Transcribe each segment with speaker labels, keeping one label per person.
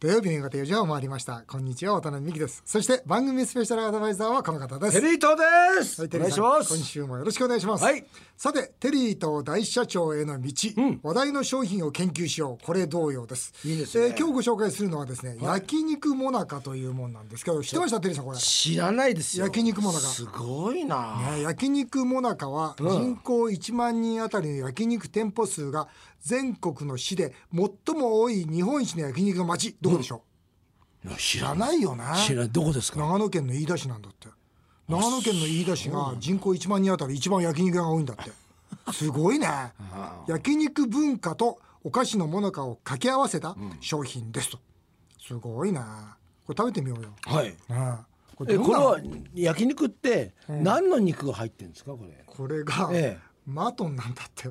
Speaker 1: 土曜日の夕方4時を回りましたこんにちは渡辺美希ですそして番組スペシャルアドバイザーはこの方です
Speaker 2: テリートです、
Speaker 1: はテ
Speaker 2: お
Speaker 1: リ
Speaker 2: 願
Speaker 1: ーさん
Speaker 2: いします
Speaker 1: 今週もよろしくお願いします、
Speaker 2: はい
Speaker 1: さてテリーと大社長への道、
Speaker 2: ん
Speaker 1: 話題の商品を研究しようこれ同様です
Speaker 2: いいですね
Speaker 1: えー今日ご紹介するのはですね、焼肉もなかというもんなんですけど知ってましたテリーさんこれ
Speaker 2: 知らないですよ
Speaker 1: 焼肉もなか
Speaker 2: すごいな、
Speaker 1: ね焼肉もなかは人口1万人あたりの焼肉店舗数が全国の市で最も多い日本一の焼肉の町どこでしょ
Speaker 2: いや知
Speaker 1: う、知
Speaker 2: ら
Speaker 1: ら
Speaker 2: ない
Speaker 1: ないよね
Speaker 2: 知らないどこですか
Speaker 1: 長野県の飯田市なんだって長野県の飯田市が人口1万人あたり一番焼肉屋が多いんだ ってすごいね焼肉文化とお菓子のもなかを掛け合わせた商品ですと、すごいなこれ食べてみようよ、ね
Speaker 2: はい
Speaker 1: えこれ
Speaker 2: え
Speaker 1: どん
Speaker 2: これ
Speaker 1: な
Speaker 2: は焼肉って何の肉が入ってるんですかこれ
Speaker 1: これが、
Speaker 2: ええ
Speaker 1: マトンなんだって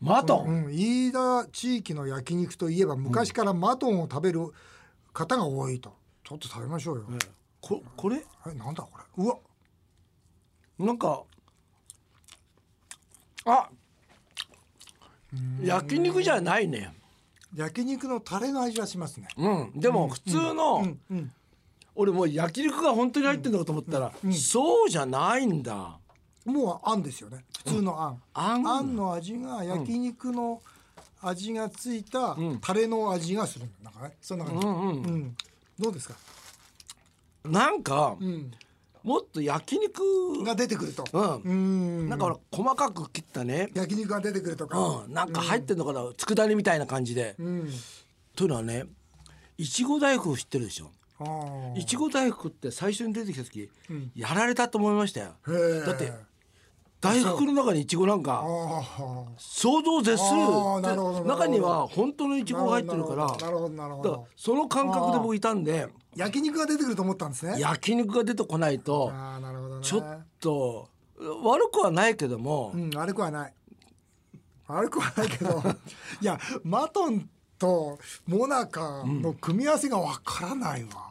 Speaker 2: マトン、
Speaker 1: うん、飯田地域の焼肉といえば昔からマトンを食べる方が多いと、ちょっと食べましょうよ、
Speaker 2: ここれ
Speaker 1: えなんだこれうわ
Speaker 2: なんかあ焼肉じゃないね
Speaker 1: 焼肉のタレの味はしますね
Speaker 2: うんでも普通の、
Speaker 1: うん
Speaker 2: 俺もう焼肉が本当に入ってるのかと思ったら、そうじゃないんだ
Speaker 1: もうあんですよね普通のあん、
Speaker 2: あん
Speaker 1: あんの味が焼肉の味がついたタレの味がするんだなんかねそんな感じ、
Speaker 2: うんうん
Speaker 1: うんどうですか、
Speaker 2: なんか、
Speaker 1: うん、
Speaker 2: もっと焼肉
Speaker 1: が出てくると
Speaker 2: うん
Speaker 1: うん
Speaker 2: なんかほら細かく切ったね、
Speaker 1: 焼肉が出てくるとか
Speaker 2: うん、なんか入ってんのかな、佃煮みたいな感じで、
Speaker 1: うん
Speaker 2: というのはねいちご大福知ってるでしょ
Speaker 1: あー
Speaker 2: いちご大福って最初に出てきた時、やられたと思いましたよ
Speaker 1: へえ
Speaker 2: だって大福の中にいちごなんか
Speaker 1: ああ
Speaker 2: 想像を絶する
Speaker 1: あーなるほどなるほど
Speaker 2: 中には本当のいちごが入ってるから
Speaker 1: なるほどなるほ
Speaker 2: だから
Speaker 1: ど
Speaker 2: その感覚で僕いたんで
Speaker 1: 焼肉が出てくると思ったんですね
Speaker 2: 焼肉が出てこないと
Speaker 1: ああなるほどね
Speaker 2: ちょっと悪くはないけども、
Speaker 1: うん悪くはない悪くはないけ どいやマトンとモナカの組み合わせがわからないわ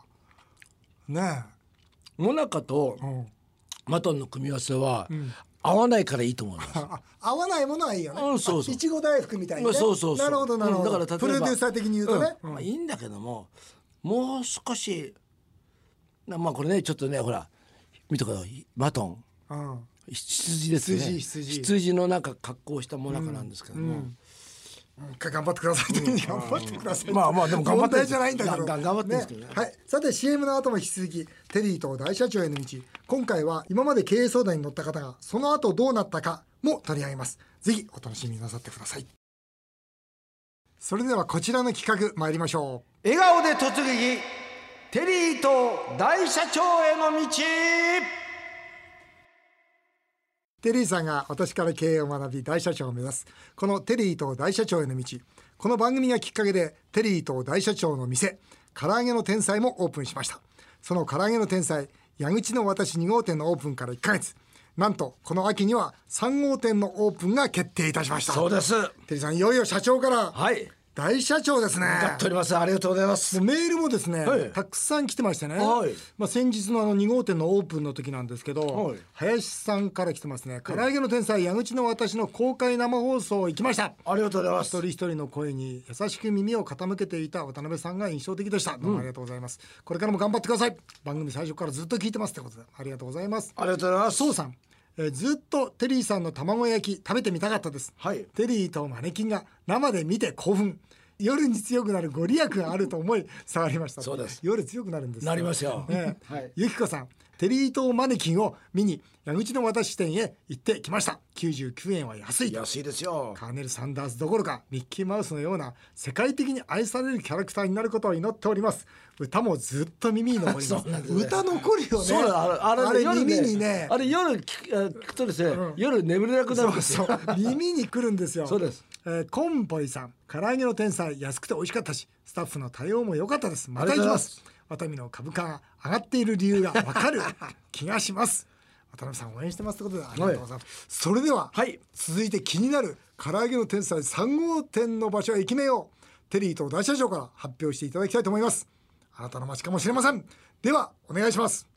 Speaker 1: ね
Speaker 2: もなかと
Speaker 1: え、うん、
Speaker 2: マトンの組み合わせは合わないからいいと思います。
Speaker 1: あ合わないものはいいよね、
Speaker 2: うんそうそう
Speaker 1: いちご大福みたいに、
Speaker 2: ま
Speaker 1: ね、
Speaker 2: あそうそうそう
Speaker 1: なるほどなるほど、
Speaker 2: うんだから
Speaker 1: プ
Speaker 2: 例
Speaker 1: ロ
Speaker 2: えば
Speaker 1: デューサー的に言うとね、
Speaker 2: うんまあ、いいんだけどももう少しなまあこれねちょっとねほら見てくださいマトン
Speaker 1: うん
Speaker 2: 羊ですね
Speaker 1: 羊羊
Speaker 2: のなんか格好をしたもなかなんですけども、
Speaker 1: もう一回頑張ってくださいというふうに頑張ってくださいと、
Speaker 2: まあまあでも頑張って
Speaker 1: 問題じゃないんだけど
Speaker 2: がが頑張ってるんですけどね
Speaker 1: はいさて CM の後も引き続きテリーと大社長への道今回は今まで経営相談に乗った方がその後どうなったかも取り上げますぜひお楽しみになさってくださいそれではこちらの企画参りましょう
Speaker 2: 笑顔で突撃テリーと大社長への道
Speaker 1: テリーさんが私から経営を学び大社長を目指すこのテリーと大社長への道この番組がきっかけでテリーと大社長の店唐揚げの天才もオープンしましたその唐揚げの天才矢口の私2号店のオープンから1ヶ月なんとこの秋には3号店のオープンが決定いたしました
Speaker 2: そうです
Speaker 1: テリーさんいよいよ社長から
Speaker 2: はい
Speaker 1: 大社長ですね
Speaker 2: やっておりますありがとうございます
Speaker 1: もうメールもですね、
Speaker 2: はい
Speaker 1: たくさん来てましてね、
Speaker 2: はい
Speaker 1: まあ、先日のあの2号店のオープンの時なんですけど、
Speaker 2: はい
Speaker 1: 林さんから来てますね「唐揚げの天才矢口の私の公開生放送行きました」
Speaker 2: ありがとうございま
Speaker 1: 一人一人の声に優しく耳を傾けていた渡辺さんが印象的でしたどうもありがとうございます、これからも頑張ってください番組最初からずっと聞いてますってことでありがとうございます
Speaker 2: ありがとうございます
Speaker 1: そうさん、えーずっとテリーさんの卵焼き食べてみたかったです、
Speaker 2: はい
Speaker 1: テリーとマネキンが生で見て興奮夜に強くなるご利益があると思い触りました
Speaker 2: そうです
Speaker 1: 夜強くなるんです
Speaker 2: なりますよ
Speaker 1: ね
Speaker 2: はい
Speaker 1: ゆきこさんテリーとマネキンを見に矢口の私店へ行ってきました99円は安いと
Speaker 2: 安いですよ
Speaker 1: カーネル・サンダースどころかミッキーマウスのような世界的に愛されるキャラクターになることを祈っております歌もずっと耳に残ります
Speaker 2: そうなんですね
Speaker 1: 歌残るよね
Speaker 2: そうだあれあれ
Speaker 1: あれ
Speaker 2: 夜
Speaker 1: 耳にね
Speaker 2: あれ夜聞くあ聞くとですね、夜眠れなくなるんです
Speaker 1: そ
Speaker 2: よ
Speaker 1: う耳にくるんですよ
Speaker 2: そうです、
Speaker 1: えーコンボイさん唐揚げの天才安くて美味しかったしスタッフの対応も良かったですまた行きます渡辺の株価が上がっている理由がわかる 気がします渡辺さん応援してますってことでありがとうございます、それでは、
Speaker 2: はい
Speaker 1: 続いて気になる唐揚げの天才3号店の場所へ決めようテリーと大社長から発表していただきたいと思いますあなたの街かもしれませんではお願いします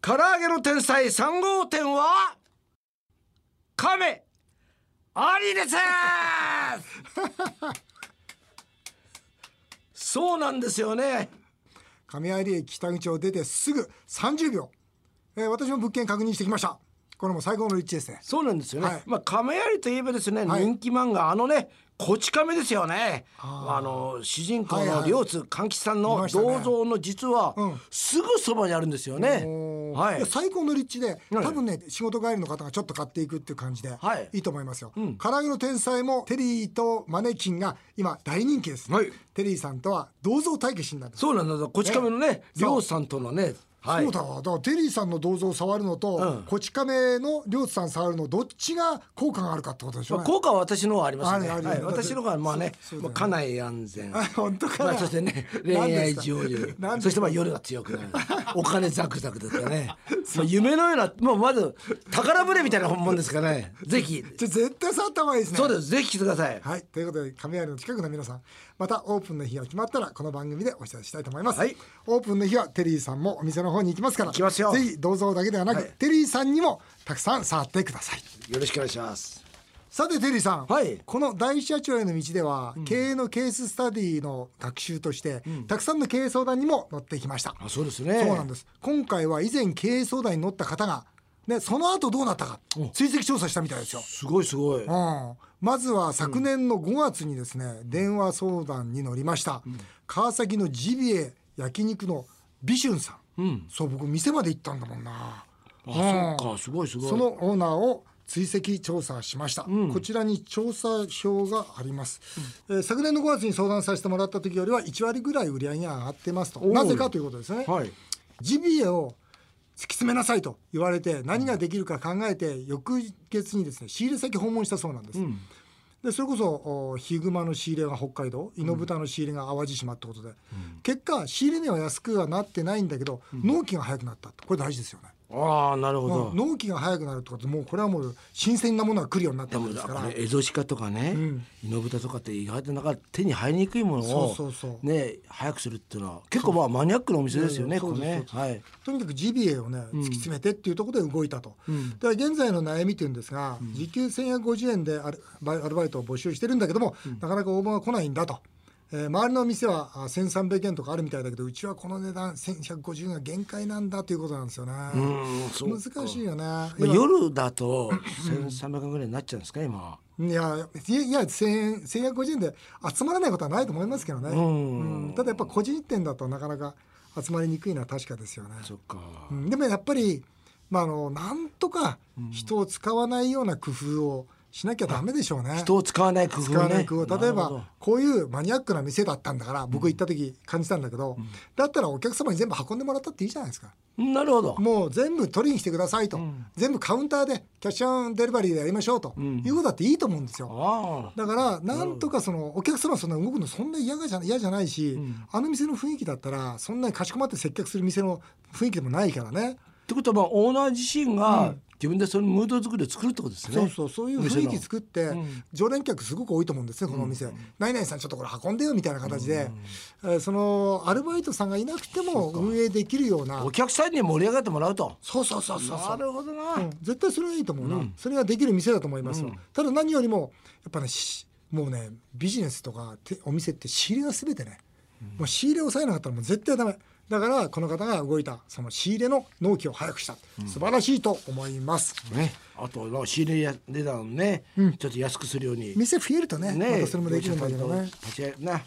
Speaker 2: 唐揚げの天才3号店は 亀ありですそうなんですよね
Speaker 1: 上有駅北口を出てすぐ30秒、えー私も物件確認してきましたこれも最高の立地ですね
Speaker 2: そうなんですよね、
Speaker 1: はい
Speaker 2: まあ亀有といえばですね、
Speaker 1: はい
Speaker 2: 人気漫画あのねこち亀ですよねあの主人公
Speaker 1: はいは
Speaker 2: の
Speaker 1: い
Speaker 2: 両津勘吉さん
Speaker 1: 見
Speaker 2: の
Speaker 1: ましたね
Speaker 2: 銅像の実は
Speaker 1: うん
Speaker 2: すぐそばにあるんですよね、
Speaker 1: おー
Speaker 2: はい
Speaker 1: や最高の立地で多分ね仕事帰りの方がちょっと買っていくっていう感じで、
Speaker 2: はい
Speaker 1: い、いと思いますよ、唐揚げの天才もテリーとマネキンが今大人気です、
Speaker 2: はい
Speaker 1: テリーさんとは銅像対決になる
Speaker 2: そうなんだこち亀のね
Speaker 1: そう
Speaker 2: 両津さんとのねはい
Speaker 1: そうだわだからテリーさんの銅像を触るのと、
Speaker 2: うん
Speaker 1: こち亀の両津さん触るのどっちが効果があるかってことでしょ
Speaker 2: ま
Speaker 1: う
Speaker 2: あ、
Speaker 1: ね、
Speaker 2: 効果は私の方がありますね。
Speaker 1: あ
Speaker 2: は
Speaker 1: るある
Speaker 2: い、私の方がまあね、
Speaker 1: そうそうだよね
Speaker 2: まあ家内安全。
Speaker 1: あ本当かな
Speaker 2: まあ、そしてね、恋
Speaker 1: 何で
Speaker 2: 愛
Speaker 1: すか
Speaker 2: 上流
Speaker 1: 何ですか。
Speaker 2: そしてまあ夜が強くな る。お金ザクザクですかね。まあ夢のような、まあまず宝船みたいな本物ですからね。ぜひ、
Speaker 1: じゃあ 絶対触った方がいいですね
Speaker 2: そうです、ぜひ来てください。
Speaker 1: はい、ということで亀有の近くの皆さんまたオープンの日が決まったらこの番組でお知らせしたいと思います、
Speaker 2: はい
Speaker 1: オープンの日はテリーさんもお店の方に行きますから
Speaker 2: 行きますよ
Speaker 1: ぜひ銅像だけではなく、
Speaker 2: はい
Speaker 1: テリーさんにもたくさん触ってください
Speaker 2: よろしくお願いします。
Speaker 1: さてテリーさん、
Speaker 2: はい
Speaker 1: この大社長への道では、経営のケーススタディの学習として、たくさんの経営相談にも乗ってきました、
Speaker 2: あ、そうですね。
Speaker 1: そうなんです今回は以前経営相談に乗った方が、ね、その後どうなったか追跡調査したみたいですよ
Speaker 2: すごいすごい。
Speaker 1: うん、まずは昨年の5月にですね、電話相談に乗りました、川崎のジビエ焼肉のビシュンさん、そう僕店まで行ったんだもんな
Speaker 2: あ、そっか、すごいすごい。
Speaker 1: そのオーナーを追跡調査しました、こちらに調査票があります、えー昨年の5月に相談させてもらった時よりは1割ぐらい売り上げが上がってますと
Speaker 2: おう
Speaker 1: なぜかということですね、
Speaker 2: はい。
Speaker 1: ジビエを突き詰めなさいと言われて何ができるか考えて翌月にですね仕入れ先訪問したそうなんです、でそれこそおヒグマの仕入れが北海道イノブタの仕入れが淡路島ってことで、結果仕入れ値は安くはなってないんだけど、納期が早くなったとこれ大事ですよね、
Speaker 2: ああ、なるほど。
Speaker 1: うん納期が早くなるってこともうこれはもう新鮮なものが来るようになった
Speaker 2: で
Speaker 1: わ
Speaker 2: も
Speaker 1: けですから
Speaker 2: これエゾシカとかね、イノブタとかって意外となんか手に入りにくいものを
Speaker 1: そうそうそう
Speaker 2: ね早くするっていうのは結構まあマニアックなお店ですよね。
Speaker 1: そ
Speaker 2: こ
Speaker 1: う
Speaker 2: れ
Speaker 1: です
Speaker 2: ね。はい。
Speaker 1: とにかくジビエをね突き詰めてっていうところで動いたと、では現在の悩みというんですが、時給1150円でアルバイアルバイトを募集してるんだけども、なかなか応募が来ないんだと。えー周りの店はあ1300円とかあるみたいだけどうちはこの値段1150円が限界なんだということなんですよね
Speaker 2: うんそうか
Speaker 1: 難しいよね
Speaker 2: まあ夜だと千三百円ぐらいになっちゃうんですか今は。
Speaker 1: いやいやいや1000円1150円で集まらないことはないと思いますけどね、
Speaker 2: ん
Speaker 1: うんただやっぱ個人店だとなかなか集まりにくいのは確かですよね
Speaker 2: そっか。
Speaker 1: うんでもやっぱり、まあ、あのなんとか人を使わないような工夫をしなきゃダメでしょうね。
Speaker 2: 人を使わない工夫ね。
Speaker 1: 使わない工夫例え
Speaker 2: なるほど
Speaker 1: ばこういうマニアックな店だったんだから僕行った時感じたんだけど、だったらお客様に全部運んでもらったっていいじゃないですか
Speaker 2: なるほど。
Speaker 1: もう全部取りに来てくださいと、全部カウンターでキャッシュアンドデリバリーでやりましょうと、いうことだっていいと思うんですよ。
Speaker 2: ああ。
Speaker 1: だからなんとかそのお客様はそんな動くのそんな嫌がじゃ嫌じゃないし、あの店の雰囲気だったらそんなにかしこまって接客する店の雰囲気でもないからね。
Speaker 2: ってことはまあオーナー自身が自分でそのムード作りを作るってことですね。
Speaker 1: そうそうそういう雰囲
Speaker 2: お
Speaker 1: 気
Speaker 2: 店の
Speaker 1: 作って、常連客すごく多いと思うんですねこのお店、ナイナイさんちょっとこれ運んでよみたいな形で、えーそのアルバイトさんがいなくても運営できるような
Speaker 2: お客さんに盛り上がってもらうと。
Speaker 1: そうそうそうそうそ
Speaker 2: な
Speaker 1: う、
Speaker 2: るほどな。
Speaker 1: うん絶対それがいいと思うな、それができる店だと思いますよ、ただ何よりもやっぱねしもうねビジネスとかてお店って仕入れが全てね、もう仕入れを抑えなかったらもう絶対ダメだからこの方が動いたその仕入れの納期を早くした、素晴らしいと思います、
Speaker 2: ね、あとまあ仕入れや値段をね、ちょっと安くするように。
Speaker 1: 店増えるとねまたそれもできるんだけど
Speaker 2: 業者さ
Speaker 1: ね
Speaker 2: んと立ち会えな。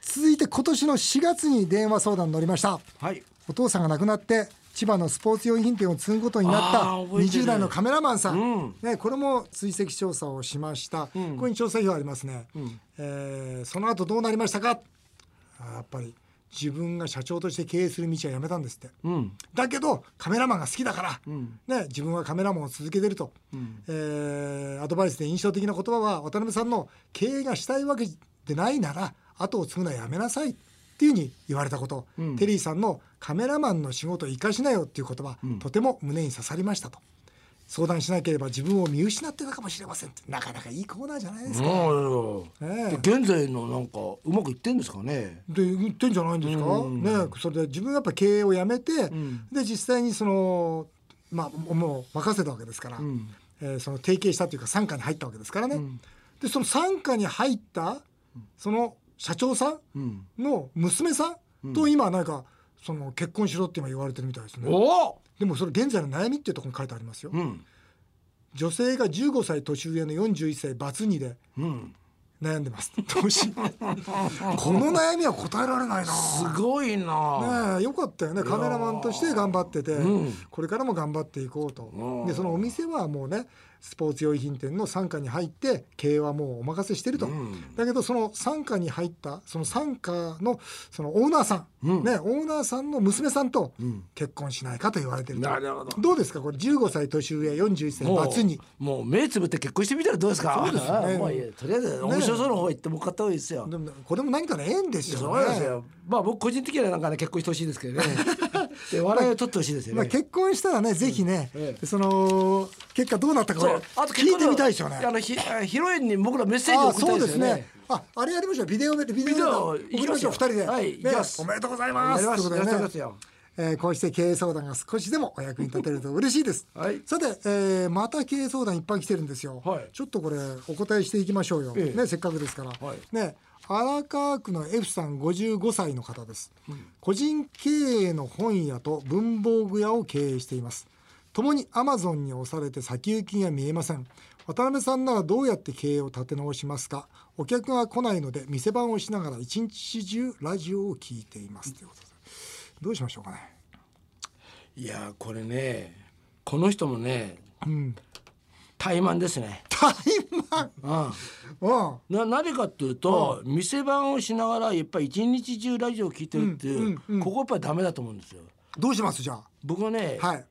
Speaker 1: 続いて今年の4月に電話相談に乗りました
Speaker 2: はい。
Speaker 1: お父さんが亡くなって千葉のスポーツ用品店を継ぐことになった
Speaker 2: あー覚えてる
Speaker 1: 20代のカメラマンさん、ね、これも追跡調査をしました、ここに調査票ありますね、えーその後どうなりましたかあーやっぱり自分が社長として経営する道はやめたんですって、だけどカメラマンが好きだから、ね、自分はカメラマンを続けてると、えーアドバイスで印象的な言葉は渡辺さんの経営がしたいわけでないなら後を継ぐのはやめなさいっていうふうに言われたこと、テリーさんのカメラマンの仕事を生かしなよっていう言葉、とても胸に刺さりましたと相談しなければ自分を見失ってたかもしれませんってなかなかいいコーナーじゃないですか、
Speaker 2: うん。
Speaker 1: ねえ
Speaker 2: 現在のなんかうまくいってんですかね。
Speaker 1: で言ってんじゃないんですか、ねそれで自分がやっぱ経営をやめて、で実際にそのまあももう任せたわけですから、えーその提携したというか傘下に入ったわけですからね、でその傘下に入ったその社長さんの娘さんと今なんかその結婚しろって今言われてるみたいですね
Speaker 2: おお、
Speaker 1: でもそれ現在の悩みっていうところに書いてありますよ
Speaker 2: うん
Speaker 1: 女性が15歳年上の41歳バツ2で
Speaker 2: うん、
Speaker 1: 悩んでます 年この悩みは答えられないな
Speaker 2: すごいな、
Speaker 1: ねえよかったよねカメラマンとして頑張ってて、これからも頑張っていこうと
Speaker 2: うん
Speaker 1: でそのお店はもうねスポーツ用品店の傘下に入って経営はもうお任せしてると、
Speaker 2: ん
Speaker 1: だけどその傘下に入ったその傘下のそのオーナーさん、ね、オーナーさんの娘さんと結婚しないかと言われてると
Speaker 2: なるほど
Speaker 1: どうですかこれ15歳年上41歳
Speaker 2: もう
Speaker 1: バツに
Speaker 2: もう目つぶって結婚してみたらどうですかそうです
Speaker 1: ね
Speaker 2: もういいとりあえず面白そうな方行ってもらった方がいいですよ、
Speaker 1: でもこれも何かの縁ですよ
Speaker 2: そう
Speaker 1: ね
Speaker 2: ですよまあ僕個人的にはなんかね結婚してほしいですけどね で笑いを取ってほしいですよね、
Speaker 1: まあ、結婚したらねぜひね、
Speaker 2: え
Speaker 1: その結果どうなったかこれ
Speaker 2: そうあと
Speaker 1: 聞いてみたいですよね
Speaker 2: あのひヒロインに僕らメッセージを
Speaker 1: あ
Speaker 2: 送った
Speaker 1: そ
Speaker 2: いう
Speaker 1: で
Speaker 2: で
Speaker 1: すす
Speaker 2: よね
Speaker 1: ね。あ、あれやりましょう。ビデオメビデオ
Speaker 2: ビデオ
Speaker 1: 送りましょう。
Speaker 2: 行きましょう
Speaker 1: 二人で。
Speaker 2: はい行きます
Speaker 1: ねおめでとうございます。
Speaker 2: やります
Speaker 1: ということ
Speaker 2: やり
Speaker 1: で
Speaker 2: ま
Speaker 1: ね
Speaker 2: すよ。
Speaker 1: えーこうして経営相談が少しでもお役に立てると嬉しいです。
Speaker 2: はい
Speaker 1: さて、えーまた経営相談いっぱい来てるんですよ。
Speaker 2: はい
Speaker 1: ちょっとこれお答えしていきましょうよ。
Speaker 2: ええ
Speaker 1: ね、せっかくですから。
Speaker 2: はい
Speaker 1: ね。荒川区の F さん55歳の方です、個人経営の本屋と文房具屋を経営していますともに Amazon に押されて先行きが見えません渡辺さんならどうやって経営を立て直しますかお客が来ないので店番をしながら一日中ラジオを聞いていますということでどうしましょうかね
Speaker 2: いやーこれねこの人もね、怠慢ですね。
Speaker 1: タイマン
Speaker 2: うん
Speaker 1: うん
Speaker 2: な何かっていうと、店番をしながらやっぱり一日中ラジオを聞いてるっていう、ここやっぱりダメだと思うんですよ。
Speaker 1: どうしますじゃあ
Speaker 2: 僕はね、
Speaker 1: はい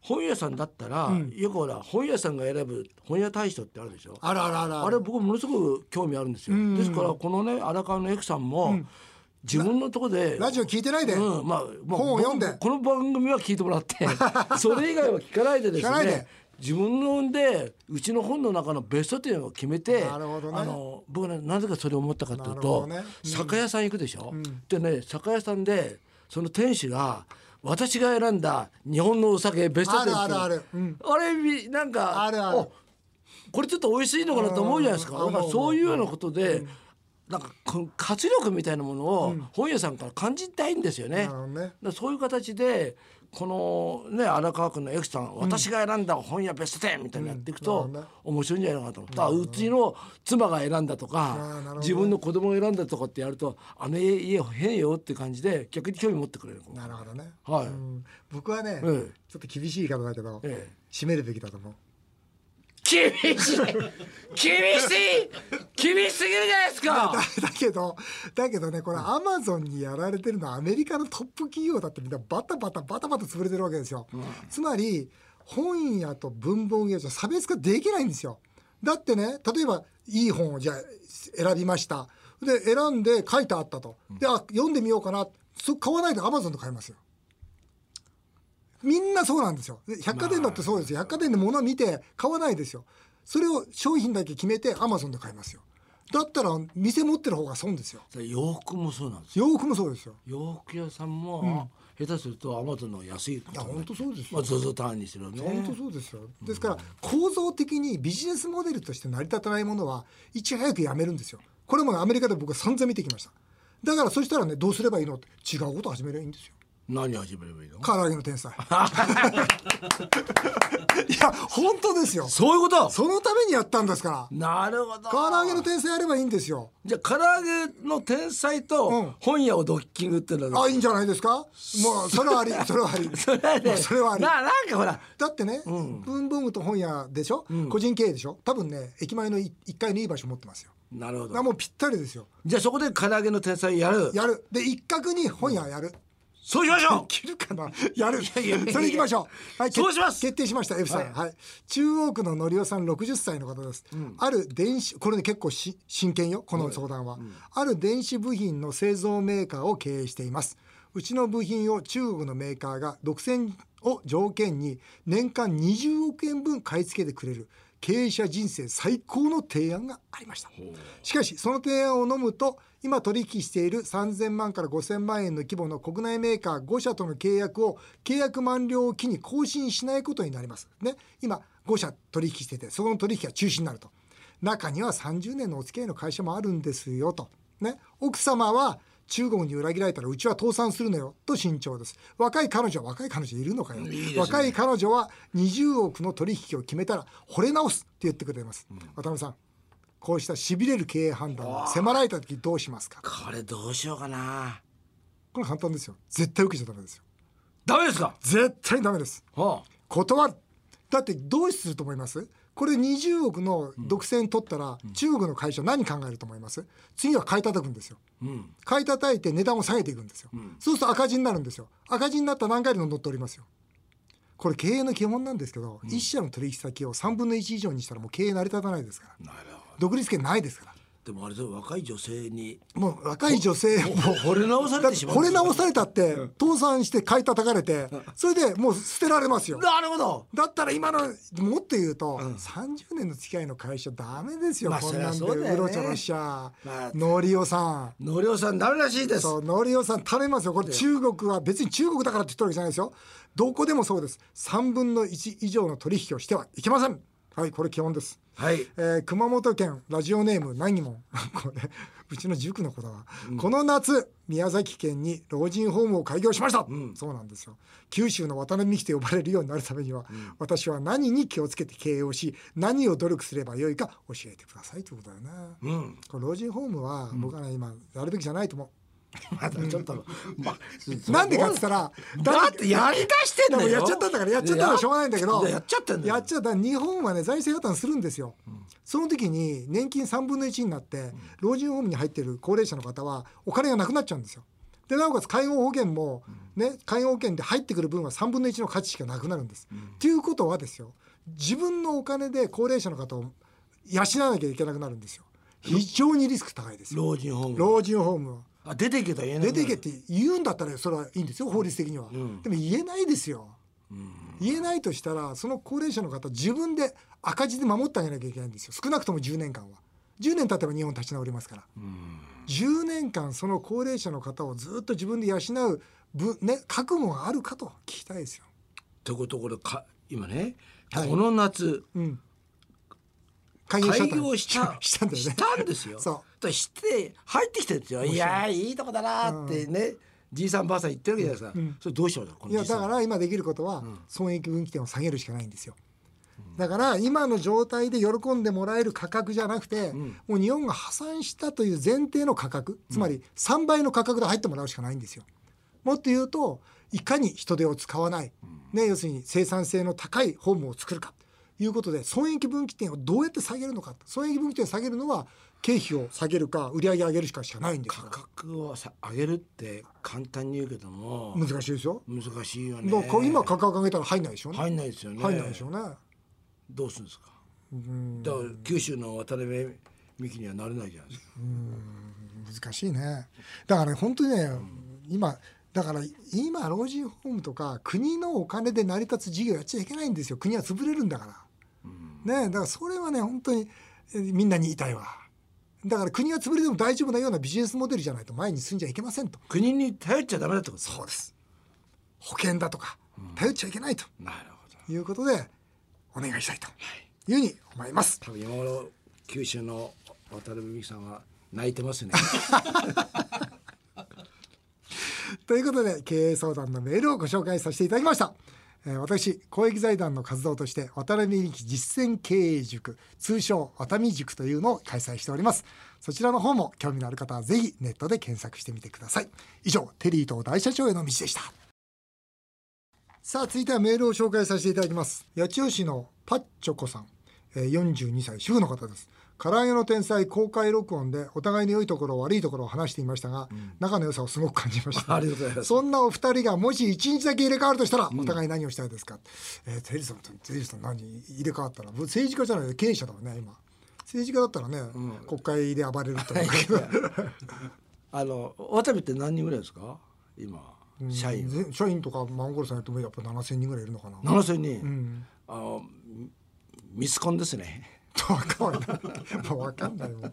Speaker 2: 本屋さんだったら、よくほら本屋さんが選ぶ本屋大賞ってあるでしょ
Speaker 1: あらあらあら
Speaker 2: あれ僕ものすごく興味あるんですよ。ですからこのね荒川の F さんも、自分のとこで
Speaker 1: ラジオ聞いてないで、
Speaker 2: うん、まあ、まあ、
Speaker 1: 本を読んで
Speaker 2: 僕この番組は聞いてもらって それ以外は聞かないでで
Speaker 1: 聞
Speaker 2: す
Speaker 1: かないで
Speaker 2: ね自分の本でうちの本の中のベスト10を決めて
Speaker 1: なるほどね
Speaker 2: あの僕ねなぜかそれを思ったかとい
Speaker 1: な
Speaker 2: う
Speaker 1: るほど
Speaker 2: と、
Speaker 1: ねうん
Speaker 2: 酒屋さん行くでしょ、でね酒屋さんでその店主が私が選んだ日本のお酒ベスト10って
Speaker 1: あるあるあるうん
Speaker 2: あれみなんか
Speaker 1: あるある
Speaker 2: おこれちょっと美味しいのかなと思うじゃないですか。
Speaker 1: うん
Speaker 2: だからそういうようなことで、なんかこの活力みたいなものを本屋さんから感じたいんですよ
Speaker 1: な
Speaker 2: ね。
Speaker 1: るほどね
Speaker 2: だからそういう形でこのね荒川区の F さん、私が選んだ本屋ベスト10みたいなのやっていくと、
Speaker 1: うんなる
Speaker 2: 面白いんじゃないかなと思う。だからうちの妻が選んだと
Speaker 1: あーな
Speaker 2: か
Speaker 1: るほど、ね
Speaker 2: 自分の子供が選んだとかってやるとあの家家変よって感じで逆に興味持ってくれる。
Speaker 1: なるほどね、
Speaker 2: はい
Speaker 1: うん僕はね、
Speaker 2: ええ
Speaker 1: ちょっと厳しい言い方だけど、
Speaker 2: ええ
Speaker 1: 締めるべきだと思う
Speaker 2: 厳しい厳しい厳しすぎるじゃないですか
Speaker 1: だだけどだけどねこれアマゾンにやられてるのはアメリカのトップ企業だってみんなバタバタバタバタ潰れてるわけですよ、つまり本屋と文房具屋じゃ差別化できないんですよだってね例えばいい本をじゃあ選びましたで選んで書いてあったとであ読んでみようかなそ買わないでアマゾンで買いますよみんなそうなんですよで百貨店だってそうですよ、百貨店で物を見て買わないですよそれを商品だけ決めてアマゾンで買いますよだったら店持ってる方が損ですよ
Speaker 2: それ洋服もそうなんですよ
Speaker 1: 洋服もそうですよ
Speaker 2: 洋服屋さんも、下手するとアマゾンの安い
Speaker 1: いや本当そうです
Speaker 2: まあ
Speaker 1: よ
Speaker 2: ZOZO ターンにしろ
Speaker 1: 本
Speaker 2: ね
Speaker 1: 当そうですよですから構造的にビジネスモデルとして成り立たないものはいち早くやめるんですよこれもアメリカで僕は散々見てきましただからそしたらねどうすればいいのって違うことを始めればいいんですよ
Speaker 2: 何始めればいいの
Speaker 1: 唐揚げの天 才いや本当ですよ
Speaker 2: そういうこと
Speaker 1: そのためにやったんですから
Speaker 2: なるほど
Speaker 1: 唐揚げの天才やればいいんですよ
Speaker 2: じゃあ唐揚げの天才
Speaker 1: うん
Speaker 2: と本屋をドッキングっていうのは
Speaker 1: あいいんじゃないですかもうそれ はありそれはあり
Speaker 2: それはね
Speaker 1: それはあり
Speaker 2: ななんかほら
Speaker 1: だってね、文房具と本屋でしょ、個人経営でしょ多分ね駅前のい一階のいい場所持ってますよ
Speaker 2: なるほ
Speaker 1: だから
Speaker 2: ど
Speaker 1: もうぴったりですよ
Speaker 2: じゃあそこで唐揚げの天才やる
Speaker 1: やるで一角に本屋やる、
Speaker 2: そうしましょう
Speaker 1: 切るかなやる
Speaker 2: いやいや
Speaker 1: それ行きましょう、はい、決
Speaker 2: そうします
Speaker 1: 決定しました F さん、はい中央区ののりおさん60歳の方です、ある電子これね結構し真剣よこの相談は、ある電子部品の製造メーカーを経営していますうちの部品を中国のメーカーが独占を条件に年間20億円分買い付けてくれる経営者人生最高の提案がありましたしかしその提案を飲むと今取引している3000万から5000万円の規模の国内メーカー5社との契約を契約満了を機に更新しないことになりますね今5社取引しててそこの取引が中止になると中には30年のお付き合いの会社もあるんですよと、ね、奥様は中国に裏切られたらうちは倒産するのよと慎重です若い彼女は若い彼女いるのかよ若い彼女は20億の取引を決めたら惚れ直すって言ってくれます、渡辺さんこうしたしびれる経営判断を迫られた時どうしますか
Speaker 2: これどうしようかな
Speaker 1: これ簡単ですよ絶対受けちゃダメですよ
Speaker 2: ダメですか
Speaker 1: 絶対ダメです
Speaker 2: は
Speaker 1: 断るだってどうすると思いますこれ20億の独占取ったら、中国の会社何考えると思います次は買い叩くんですよ
Speaker 2: あうん
Speaker 1: 買い叩いて値段を下げていくんですよ、そうすると赤字になるんですよ赤字になった段階で乗っておりますよこれ経営の基本なんですけど、一社の取引先を3分の1以上にしたらもう経営成り立たないですから
Speaker 2: なるほ
Speaker 1: 独立権ないですから
Speaker 2: どでもあれだよ若い女性に
Speaker 1: もう若い女性も
Speaker 2: もう惚れ直されてしまう
Speaker 1: 惚れ直されたって倒産して買い叩かれてそれでもう捨てられますよ
Speaker 2: なるほど
Speaker 1: だったら今のもっと言うと、30年の付き合いの会社ダメですよ、
Speaker 2: まあ
Speaker 1: こんなんで
Speaker 2: そりゃそうだよね
Speaker 1: うろちょろしちゃ
Speaker 2: まあ
Speaker 1: のりおさん
Speaker 2: のりおさんダメらしいです
Speaker 1: そうのりおさん頼みますよこれ中国は別に中国だからって言ってるわけじゃないですよどこでもそうです3分の1以上の取引をしてはいけませんはいこれ基本です
Speaker 2: はい
Speaker 1: えー熊本県ラジオネーム何も これうちの塾の子だわ、この夏宮崎県に老人ホームを開業しました、そうなんですよ九州の渡辺美樹と呼ばれるようになるためには、私は何に気をつけて経営をし何を努力すればよいか教えてくださいということだよね、
Speaker 2: うん
Speaker 1: これ老人ホームは僕はね、今やるべきじゃないと思
Speaker 2: まだちょっとま
Speaker 1: う なんでかって言ったら
Speaker 2: だってやりだしてん
Speaker 1: でも
Speaker 2: だよ
Speaker 1: やっちゃったんだからやっちゃったのはしょうがないんだけど
Speaker 2: ややっちゃったんだよ
Speaker 1: やっちゃった日本はね財政破綻するんですよ、その時に年金3分の1になって、老人ホームに入ってる高齢者の方はお金がなくなっちゃうんですよでなおかつ介護保険も、ね、介護保険で入ってくる分は3分の1の価値しかなくなるんです。と、いうことはですよ自分のお金で高齢者の方を養わなきゃいけなくなるんですよ非常にリスク高いですよ
Speaker 2: 老人ホーム
Speaker 1: 老人ホームは
Speaker 2: あ出ていけとは言えな
Speaker 1: 出
Speaker 2: い
Speaker 1: ていけって言うんだったらそれはいいんですよ法律的には、でも言えないですよ、言えないとしたらその高齢者の方自分で赤字で守ってあげなきゃいけないんですよ少なくとも10年間は10年経てば日本立ち直りますから、10年間その高齢者の方をずっと自分で養うぶ、ね、覚悟があるかと聞きたいですよ、
Speaker 2: ってことこれか今ね、
Speaker 1: はい
Speaker 2: この夏
Speaker 1: うん、開業しちゃった
Speaker 2: 開業 した
Speaker 1: したんだよね
Speaker 2: したんですよ。
Speaker 1: そう
Speaker 2: として入ってきてるんですよ。いやーいいとこだなーってね、じいさんばあさん言ってるわけじゃないですか。それどうしようだこの
Speaker 1: いや
Speaker 2: じいさ
Speaker 1: だ
Speaker 2: ん
Speaker 1: から今できることは損益分岐点を下げるしかないんですよ。だから今の状態で喜んでもらえる価格じゃなくて、もう日本が破産したという前提の価格つまり3倍の価格で入ってもらうしかないんですよ。もっと言うといかに人手を使わない、ね、要するに生産性の高いホームを作るかということで損益分岐点をどうやって下げるのか損益分岐点を下げるのは経費を下げるか売り上げ上げるしかしかないんです
Speaker 2: 価
Speaker 1: よ。
Speaker 2: 格をさ上げるって簡単に言うけども
Speaker 1: 難しいですよ。
Speaker 2: 難しいよね
Speaker 1: だ。から今価格上げたら入んないでしょうね。
Speaker 2: 入んないですよね。
Speaker 1: 入んないでしょうね。
Speaker 2: どうするんですか。だから九州の渡辺美樹にはなれないじゃないですか。
Speaker 1: 難しいねだからね本当にね、今だから今老人ホームとか国のお金で成り立つ事業やっちゃいけないんですよ国は潰れるんだから、ねだからそれはね本当にえみんなに言いたいわだから国が潰れても大丈夫なようなビジネスモデルじゃないと前に進んじゃいけませんと
Speaker 2: 国に頼っちゃダメだってこと。
Speaker 1: そうです保険だとか頼っちゃいけないと
Speaker 2: なるほど。
Speaker 1: いうことでお願いしたいというふうに思います
Speaker 2: 多分今頃九州の渡辺美樹さんは泣いてますね。
Speaker 1: ということで経営相談のメールをご紹介させていただきました、えー私公益財団の活動として渡辺美樹実践経営塾通称渡辺塾というのを開催しておりますそちらの方も興味のある方はぜひネットで検索してみてください以上テリーと大社長への道でしたさあ続いてはメールを紹介させていただきます八千代市のパッチョコさん、えー、42歳主婦の方です唐揚げの天才公開録音でお互いの良いところ悪いところを話していましたが、仲の良さをすごく感じました
Speaker 2: ありがとうございま す。
Speaker 1: そんなお二人がもし一日だけ入れ替わるとしたら、お互い何をしたいですか、えーテリーさんとテリーさん何入れ替わったら僕政治家じゃない経営者だもんね今政治家だったらね、国会で暴れると思うけ ど
Speaker 2: あの渡部って何人ぐらいですか今社員
Speaker 1: ぜ社員とかマンゴルさんやってもやっぱ7000人ぐらいいるのかな
Speaker 2: 7,000人、あのミミスコンですね
Speaker 1: とわかんない もうわかんないもん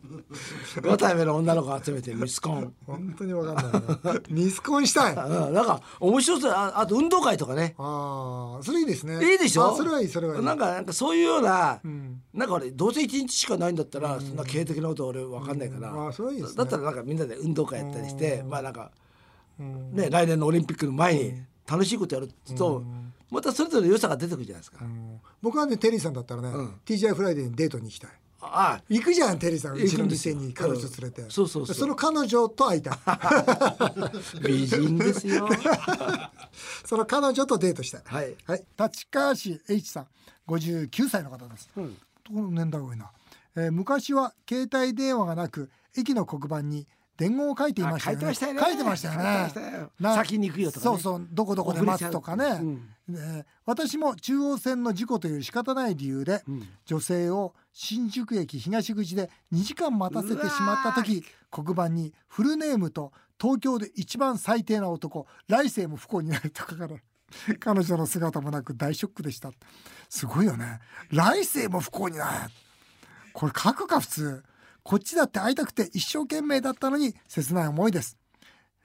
Speaker 2: 5体目の女の子集めてミ スコン、
Speaker 1: 本当にわかん ないなミスコンしたい
Speaker 2: うん、
Speaker 1: あ
Speaker 2: なんか面白そうああと運動会とかね
Speaker 1: あそれいいですね
Speaker 2: いいでしょ
Speaker 1: あそれはいいそれはいい
Speaker 2: なんかなんかそういうような、
Speaker 1: ん
Speaker 2: なんか俺どうせ一日しかないんだったら、そんな経営的なことは俺わかんないから、
Speaker 1: うんあそれはいいですね
Speaker 2: だったらなんかみんなで運動会やったりして、まあなんか、ね来年のオリンピックの前に楽しいことやると、またそれぞれの良さが出てくるじゃないですか、
Speaker 1: うん僕はねテリーさんだったらね、TGI フライデーにデートに行きたい
Speaker 2: ああ
Speaker 1: 行くじゃんテリーさんう
Speaker 2: 行
Speaker 1: ち
Speaker 2: く
Speaker 1: の
Speaker 2: んです
Speaker 1: 店
Speaker 2: よ
Speaker 1: に彼女連れて、
Speaker 2: うんそうそうそう
Speaker 1: の彼女と会いたい
Speaker 2: 美人で すよ
Speaker 1: その彼女とデートしたい
Speaker 2: はい
Speaker 1: はい、立川市 H さん59歳の方です、
Speaker 2: うん
Speaker 1: この年代多いな、えー昔は携帯電話がなく駅の黒板に伝言を書いていましたよね
Speaker 2: あ書いてましたよね
Speaker 1: 書いてましたよね
Speaker 2: 書いてましたよ
Speaker 1: な
Speaker 2: 先に行くよとかね
Speaker 1: そうそうどこどこで待つとかね
Speaker 2: 遅れちゃううん
Speaker 1: えー私も中央線の事故という仕方ない理由で、女性を新宿駅東口で2時間待たせてしまった時黒板にフルネームと東京で一番最低な男来世も不幸になる と書かれ彼女の姿もなく大ショックでしたすごいよね来世も不幸になるこれ書くか普通こっちだって会いたくて一生懸命だったのに切ない思いです、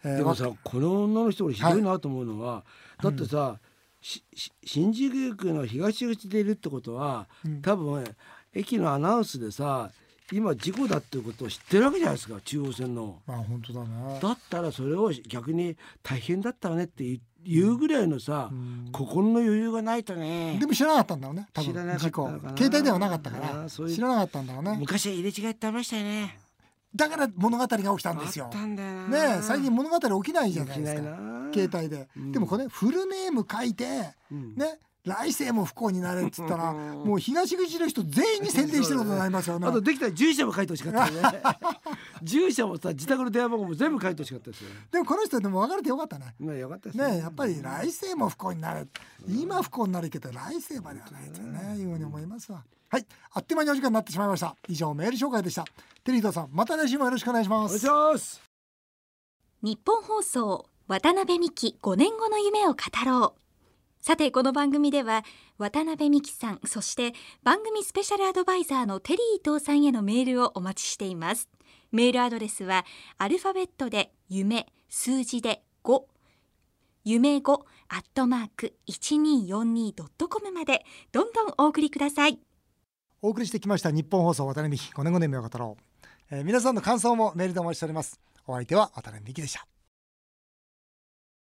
Speaker 1: えー
Speaker 2: でもさこの女の人俺ひどいなと思うのは、だってさ、しし新宿区の東口でいるってことは、多分駅のアナウンスでさ今事故だっていうことを知ってるわけじゃないですか中央線の。
Speaker 1: まあ本当だね
Speaker 2: だったらそれを逆に大変だったわねって言う言うぐらいのさ、心の余裕がないとね
Speaker 1: でも知らなかったんだろうね多分
Speaker 2: 知らなかった
Speaker 1: 事
Speaker 2: の
Speaker 1: 故
Speaker 2: かな
Speaker 1: 携帯電話なかったか
Speaker 2: あ
Speaker 1: ら
Speaker 2: ーそういう
Speaker 1: 知らなかったんだろうね
Speaker 2: 昔は入れ違いってありましたよね。
Speaker 1: だから物語が起きたんです
Speaker 2: あ
Speaker 1: よ
Speaker 2: っ。たんだよな。
Speaker 1: ねえ最近物語起きないじゃないです
Speaker 2: 起き
Speaker 1: か
Speaker 2: ないな
Speaker 1: 携帯で、でもこれフルネーム書いて、ね来世も不幸になれっつったらもう東口の人全員に宣伝してることになりますよね
Speaker 2: あとできたら住所も書いてほしかったよ ね住所もさ自宅の電話番号も全部書いてほしかったですよ
Speaker 1: でもこの人でも別れてよかったね
Speaker 2: ねよかったです
Speaker 1: ねえやっぱり来世も不幸になる今不幸になるけど来世まではないとねいうふうに思いますわはいあっという間にお時間になってしまいました以上メール紹介でしたテリーさんまた来週もよろしくお願いしま
Speaker 2: お願い
Speaker 1: す
Speaker 2: します
Speaker 3: 日本放送渡辺美希5年後の夢を語ろうさてこの番組では渡辺美希さんそして番組スペシャルアドバイザーのテリー伊藤さんへのメールをお待ちしていますメールアドレスはアルファベットで夢数字で5夢5アットマーク 1242.com までどんどんお送りください
Speaker 1: お送りしてきました日本放送渡辺美希5年5年目を語ろう、えー皆さんの感想もメールでお待ちしておりますお相手は渡辺美希でした